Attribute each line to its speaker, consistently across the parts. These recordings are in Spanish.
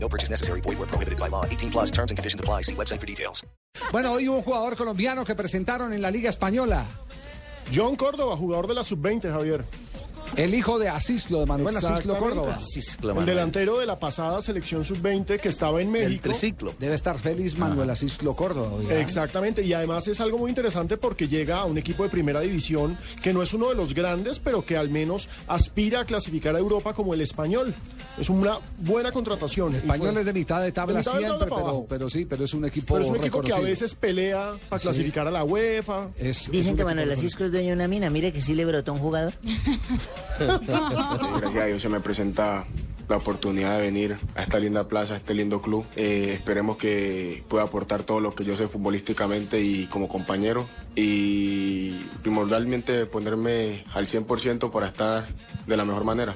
Speaker 1: No purchase necessary. Void where prohibited by law. 18 plus terms and conditions apply. See website for details.
Speaker 2: Bueno, hoy hubo un jugador colombiano que presentaron en la Liga Española.
Speaker 3: John Córdoba, jugador de la sub-20, Javier.
Speaker 2: El hijo de Asislo, de Manuel Asislo
Speaker 3: Exactamente.
Speaker 2: Córdoba.
Speaker 3: El delantero de la pasada selección sub-20 que estaba en
Speaker 4: El
Speaker 3: México.
Speaker 4: triciclo.
Speaker 2: Debe estar feliz
Speaker 3: Ah.
Speaker 2: Manuel Asislo Córdoba. oiga.
Speaker 3: Exactamente, y además es algo muy interesante porque llega a un equipo de primera división que no es uno de los grandes, pero que al menos aspira a clasificar a Europa como el español. Es una buena contratación. Y
Speaker 2: Español
Speaker 3: fue-
Speaker 2: es de mitad de tabla
Speaker 3: De mitad de tabla
Speaker 2: siempre,
Speaker 3: para
Speaker 2: pero,
Speaker 3: abajo.
Speaker 2: pero sí, pero es un equipo
Speaker 3: pero es un equipo que a
Speaker 2: reconocido.
Speaker 3: veces pelea para clasificar a la UEFA.
Speaker 2: Es-
Speaker 5: Dicen
Speaker 2: es un
Speaker 5: que
Speaker 2: equipo
Speaker 5: Manuel
Speaker 2: reconocido.
Speaker 5: Francisco es dueño de una mina. Mire que sí le brotó un jugador.
Speaker 6: Eh, Gracias a Dios se me presenta la oportunidad de venir a esta linda plaza, a este lindo club. Eh, esperemos que pueda aportar todo lo que yo sé futbolísticamente y como compañero. Y primordialmente ponerme al 100% para estar de la mejor manera.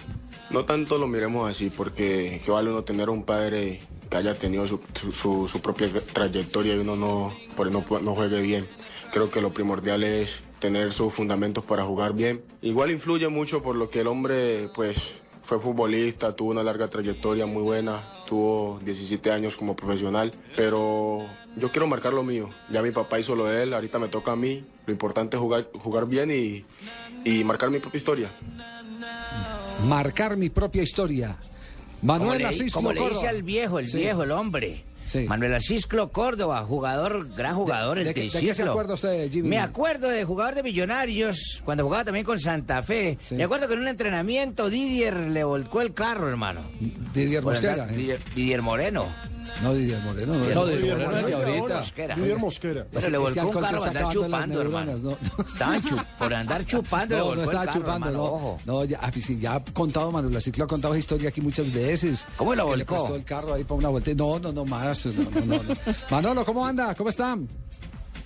Speaker 6: No tanto lo miremos así, porque qué vale uno tener un padre que haya tenido su, su- su propia trayectoria y uno no, por no, no juegue bien. Creo que lo primordial es tener sus fundamentos para jugar bien. Igual influye mucho por lo que el hombre pues fue futbolista, tuvo una larga trayectoria muy buena, tuvo 17 años como profesional, pero yo quiero marcar lo mío. Ya mi papá hizo lo de él, ahorita me toca a mí. Lo importante es jugar, jugar bien y, y marcar mi propia historia.
Speaker 2: Marcar mi propia historia.
Speaker 4: Como
Speaker 2: Manuel
Speaker 4: le,
Speaker 2: Asislo
Speaker 4: como le
Speaker 2: Córdoba.
Speaker 4: dice al viejo, el
Speaker 2: Sí.
Speaker 4: viejo, el hombre.
Speaker 2: Sí.
Speaker 4: Manuel Asisclo Córdoba, jugador, gran jugador,
Speaker 2: ¿De-
Speaker 4: el
Speaker 2: de qué- de qué se
Speaker 4: triciclo.
Speaker 2: acuerda usted, Jimmy?
Speaker 4: Me acuerdo de jugador de Millonarios, cuando jugaba también con Santa Fe.
Speaker 2: Sí.
Speaker 4: Me acuerdo que en un entrenamiento Didier le volcó el carro, hermano.
Speaker 2: Didier
Speaker 4: Por andar-
Speaker 2: Mosquera. ¿eh?
Speaker 4: Didier, Didier Moreno.
Speaker 2: No, Didier Moreno. No,
Speaker 4: Didier
Speaker 2: no,
Speaker 4: Moreno.
Speaker 2: Didier Moreno.
Speaker 4: Moreno,
Speaker 3: Julián
Speaker 4: ahorita.
Speaker 3: Mosquera. Julián Mosquera.
Speaker 4: Pero le
Speaker 2: Ese
Speaker 4: volcó un
Speaker 2: alcohol que
Speaker 4: carro,
Speaker 2: está
Speaker 4: andar
Speaker 2: acabando las
Speaker 4: chupando,
Speaker 2: neuronas,
Speaker 4: hermano.
Speaker 2: no.
Speaker 4: Estaban chu- por andar chupando, le
Speaker 2: No,
Speaker 4: volcó
Speaker 2: no
Speaker 4: el
Speaker 2: estaba
Speaker 4: carro,
Speaker 2: chupando,
Speaker 4: hermano,
Speaker 2: no.
Speaker 4: ojo.
Speaker 2: No, ya, ah, sí, ya ha contado Manuel Asislo, ha contado historia aquí muchas veces.
Speaker 4: ¿Cómo lo
Speaker 2: Que
Speaker 4: volcó?
Speaker 2: Le prestó el carro ahí para una vuelta. No, no, no más. no, no, no, no. Manolo, ¿cómo anda? ¿Cómo están?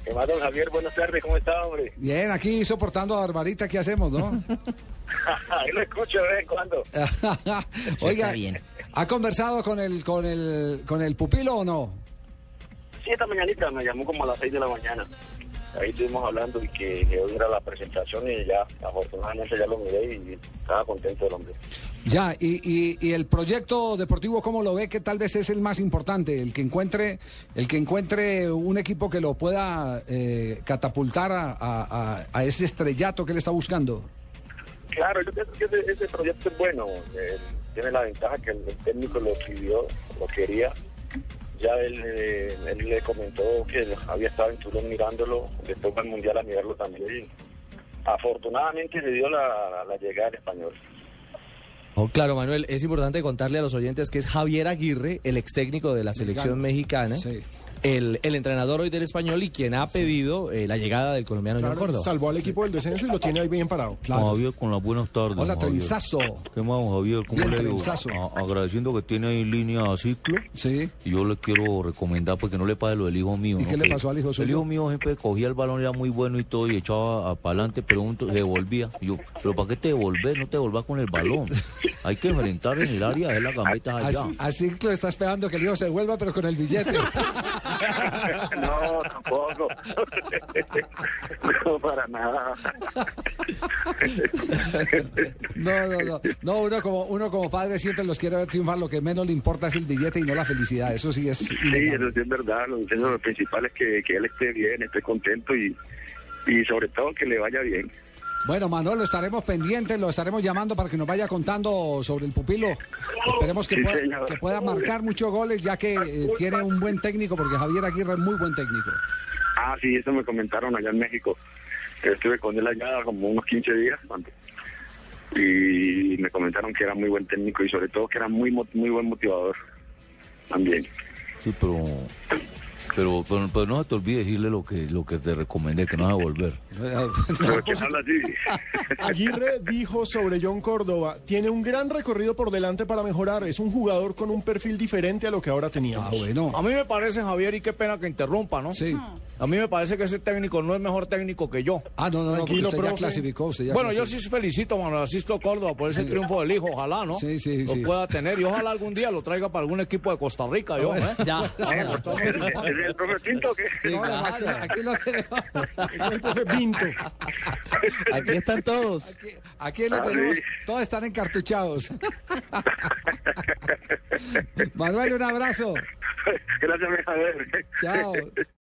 Speaker 7: ¿Qué más, don Javier? Buenas tardes, ¿cómo está, hombre?
Speaker 2: Bien, aquí soportando a Barbarita, ¿qué hacemos, no?
Speaker 7: Ahí lo escucho ¿eh? de vez en cuando.
Speaker 2: Oiga,
Speaker 4: está bien.
Speaker 2: ¿ha conversado con el, con el, con el pupilo o no?
Speaker 7: Sí, esta mañanita me llamó como a las 6 de la mañana. Ahí estuvimos hablando y que, que hoy era la presentación y ya, afortunadamente ya lo miré y estaba contento el hombre.
Speaker 2: Ya, y, y- y el proyecto deportivo, ¿cómo lo ve? Que tal vez es el más importante, el que encuentre, el que encuentre un equipo que lo pueda eh, catapultar a, a- a- a ese estrellato que él está buscando.
Speaker 7: Claro, yo pienso que ese, ese proyecto es bueno. eh, tiene la ventaja que el, el técnico lo pidió, lo quería. Ya él, eh, él le comentó que había estado en Tulón mirándolo, después va al Mundial a mirarlo también. Y afortunadamente se dio la, la llegada del español.
Speaker 8: Oh, claro, Manuel, es importante contarle a los oyentes que es Javier Aguirre, el ex técnico de la selección
Speaker 9: ¿Eh?
Speaker 8: mexicana,
Speaker 2: Sí.
Speaker 8: el, el entrenador hoy del español y quien ha pedido eh, la llegada del colombiano John
Speaker 3: Claro,
Speaker 8: Córdoba.
Speaker 3: salvó al equipo del descenso y lo tiene ahí bien parado.
Speaker 2: Claro.
Speaker 9: Javier, con las buenas tardes.
Speaker 2: Hola,
Speaker 9: Javier.
Speaker 2: trenzazo.
Speaker 9: ¿Qué más, Javier? ¿Cómo
Speaker 2: Bien,
Speaker 9: le digo?
Speaker 2: trenzazo.
Speaker 9: A- agradeciendo que tiene ahí línea a ciclo.
Speaker 2: Sí.
Speaker 9: Y yo le quiero recomendar, porque no le pase lo del hijo mío.
Speaker 2: ¿Y
Speaker 9: ¿no?
Speaker 2: qué le
Speaker 9: Que
Speaker 2: pasó al hijo suyo?
Speaker 9: El hijo mío siempre cogía el balón, era muy bueno y todo, y echaba para adelante, pero un to- se devolvía. Y yo, ¿pero para qué te devolver? No te devolvas con el balón. Hay que enfrentar en el área, es la gambeta allá.
Speaker 2: Así, así que lo está esperando que el hijo se devuelva, pero con el billete.
Speaker 7: No, tampoco. No, para nada.
Speaker 2: No, no, no. No, uno como, uno como padre siempre los quiere ver triunfar. Lo que menos le importa es el billete y no la felicidad. Eso sí es.
Speaker 7: Sí, eso sí es verdad. Lo, eso, lo principal es que, que él esté bien, esté contento y, y sobre todo que le vaya bien.
Speaker 2: Bueno, Manuel, lo estaremos pendientes, lo estaremos llamando para que nos vaya contando sobre el pupilo. Esperemos que,
Speaker 7: Sí,
Speaker 2: pueda,
Speaker 7: señor.
Speaker 2: que pueda marcar muchos goles, ya que eh, tiene un buen técnico, porque Javier Aguirre es muy buen técnico.
Speaker 7: Ah, sí, eso me comentaron allá en México. Estuve con él allá como unos 15 días antes. Y me comentaron que era muy buen técnico y sobre todo que era muy mo- muy buen motivador también.
Speaker 9: Sí, pero
Speaker 10: Pero, pero, pero no se te olvide decirle lo que, lo que te recomendé, que no va a volver.
Speaker 7: ¿Por qué habla así?
Speaker 3: Aguirre dijo sobre John Córdoba, tiene un gran recorrido por delante para mejorar, es un jugador con un perfil diferente a lo que ahora teníamos.
Speaker 9: A mí me parece, Javier, y qué pena que interrumpa, ¿no?
Speaker 2: Ah, Sí.
Speaker 9: A mí me parece que ese técnico no es mejor técnico que yo.
Speaker 2: Ah, no, no, no,
Speaker 9: Tranquilo,
Speaker 2: usted ya
Speaker 9: profe.
Speaker 2: clasificó, usted ya
Speaker 9: bueno, yo
Speaker 2: clasificó.
Speaker 9: sí felicito a Manuel Francisco Córdoba por ese
Speaker 2: Sí.
Speaker 9: triunfo del hijo, ojalá, ¿no?
Speaker 2: Sí, sí,
Speaker 9: Lo
Speaker 2: sí.
Speaker 9: pueda tener y ojalá algún día lo traiga para algún equipo de Costa Rica,
Speaker 10: Ah,
Speaker 9: yo, ¿eh?
Speaker 1: Ya.
Speaker 9: Vamos, estamos-
Speaker 7: ¿Es el profe Pinto o qué?
Speaker 2: Ahora, aquí, aquí lo tenemos.
Speaker 3: Es el profe Pinto.
Speaker 1: Aquí están todos.
Speaker 2: Aquí, aquí
Speaker 7: Ah,
Speaker 2: lo tenemos. Todos están encartuchados. Manuel, un abrazo.
Speaker 7: Gracias, Javier.
Speaker 2: Chao.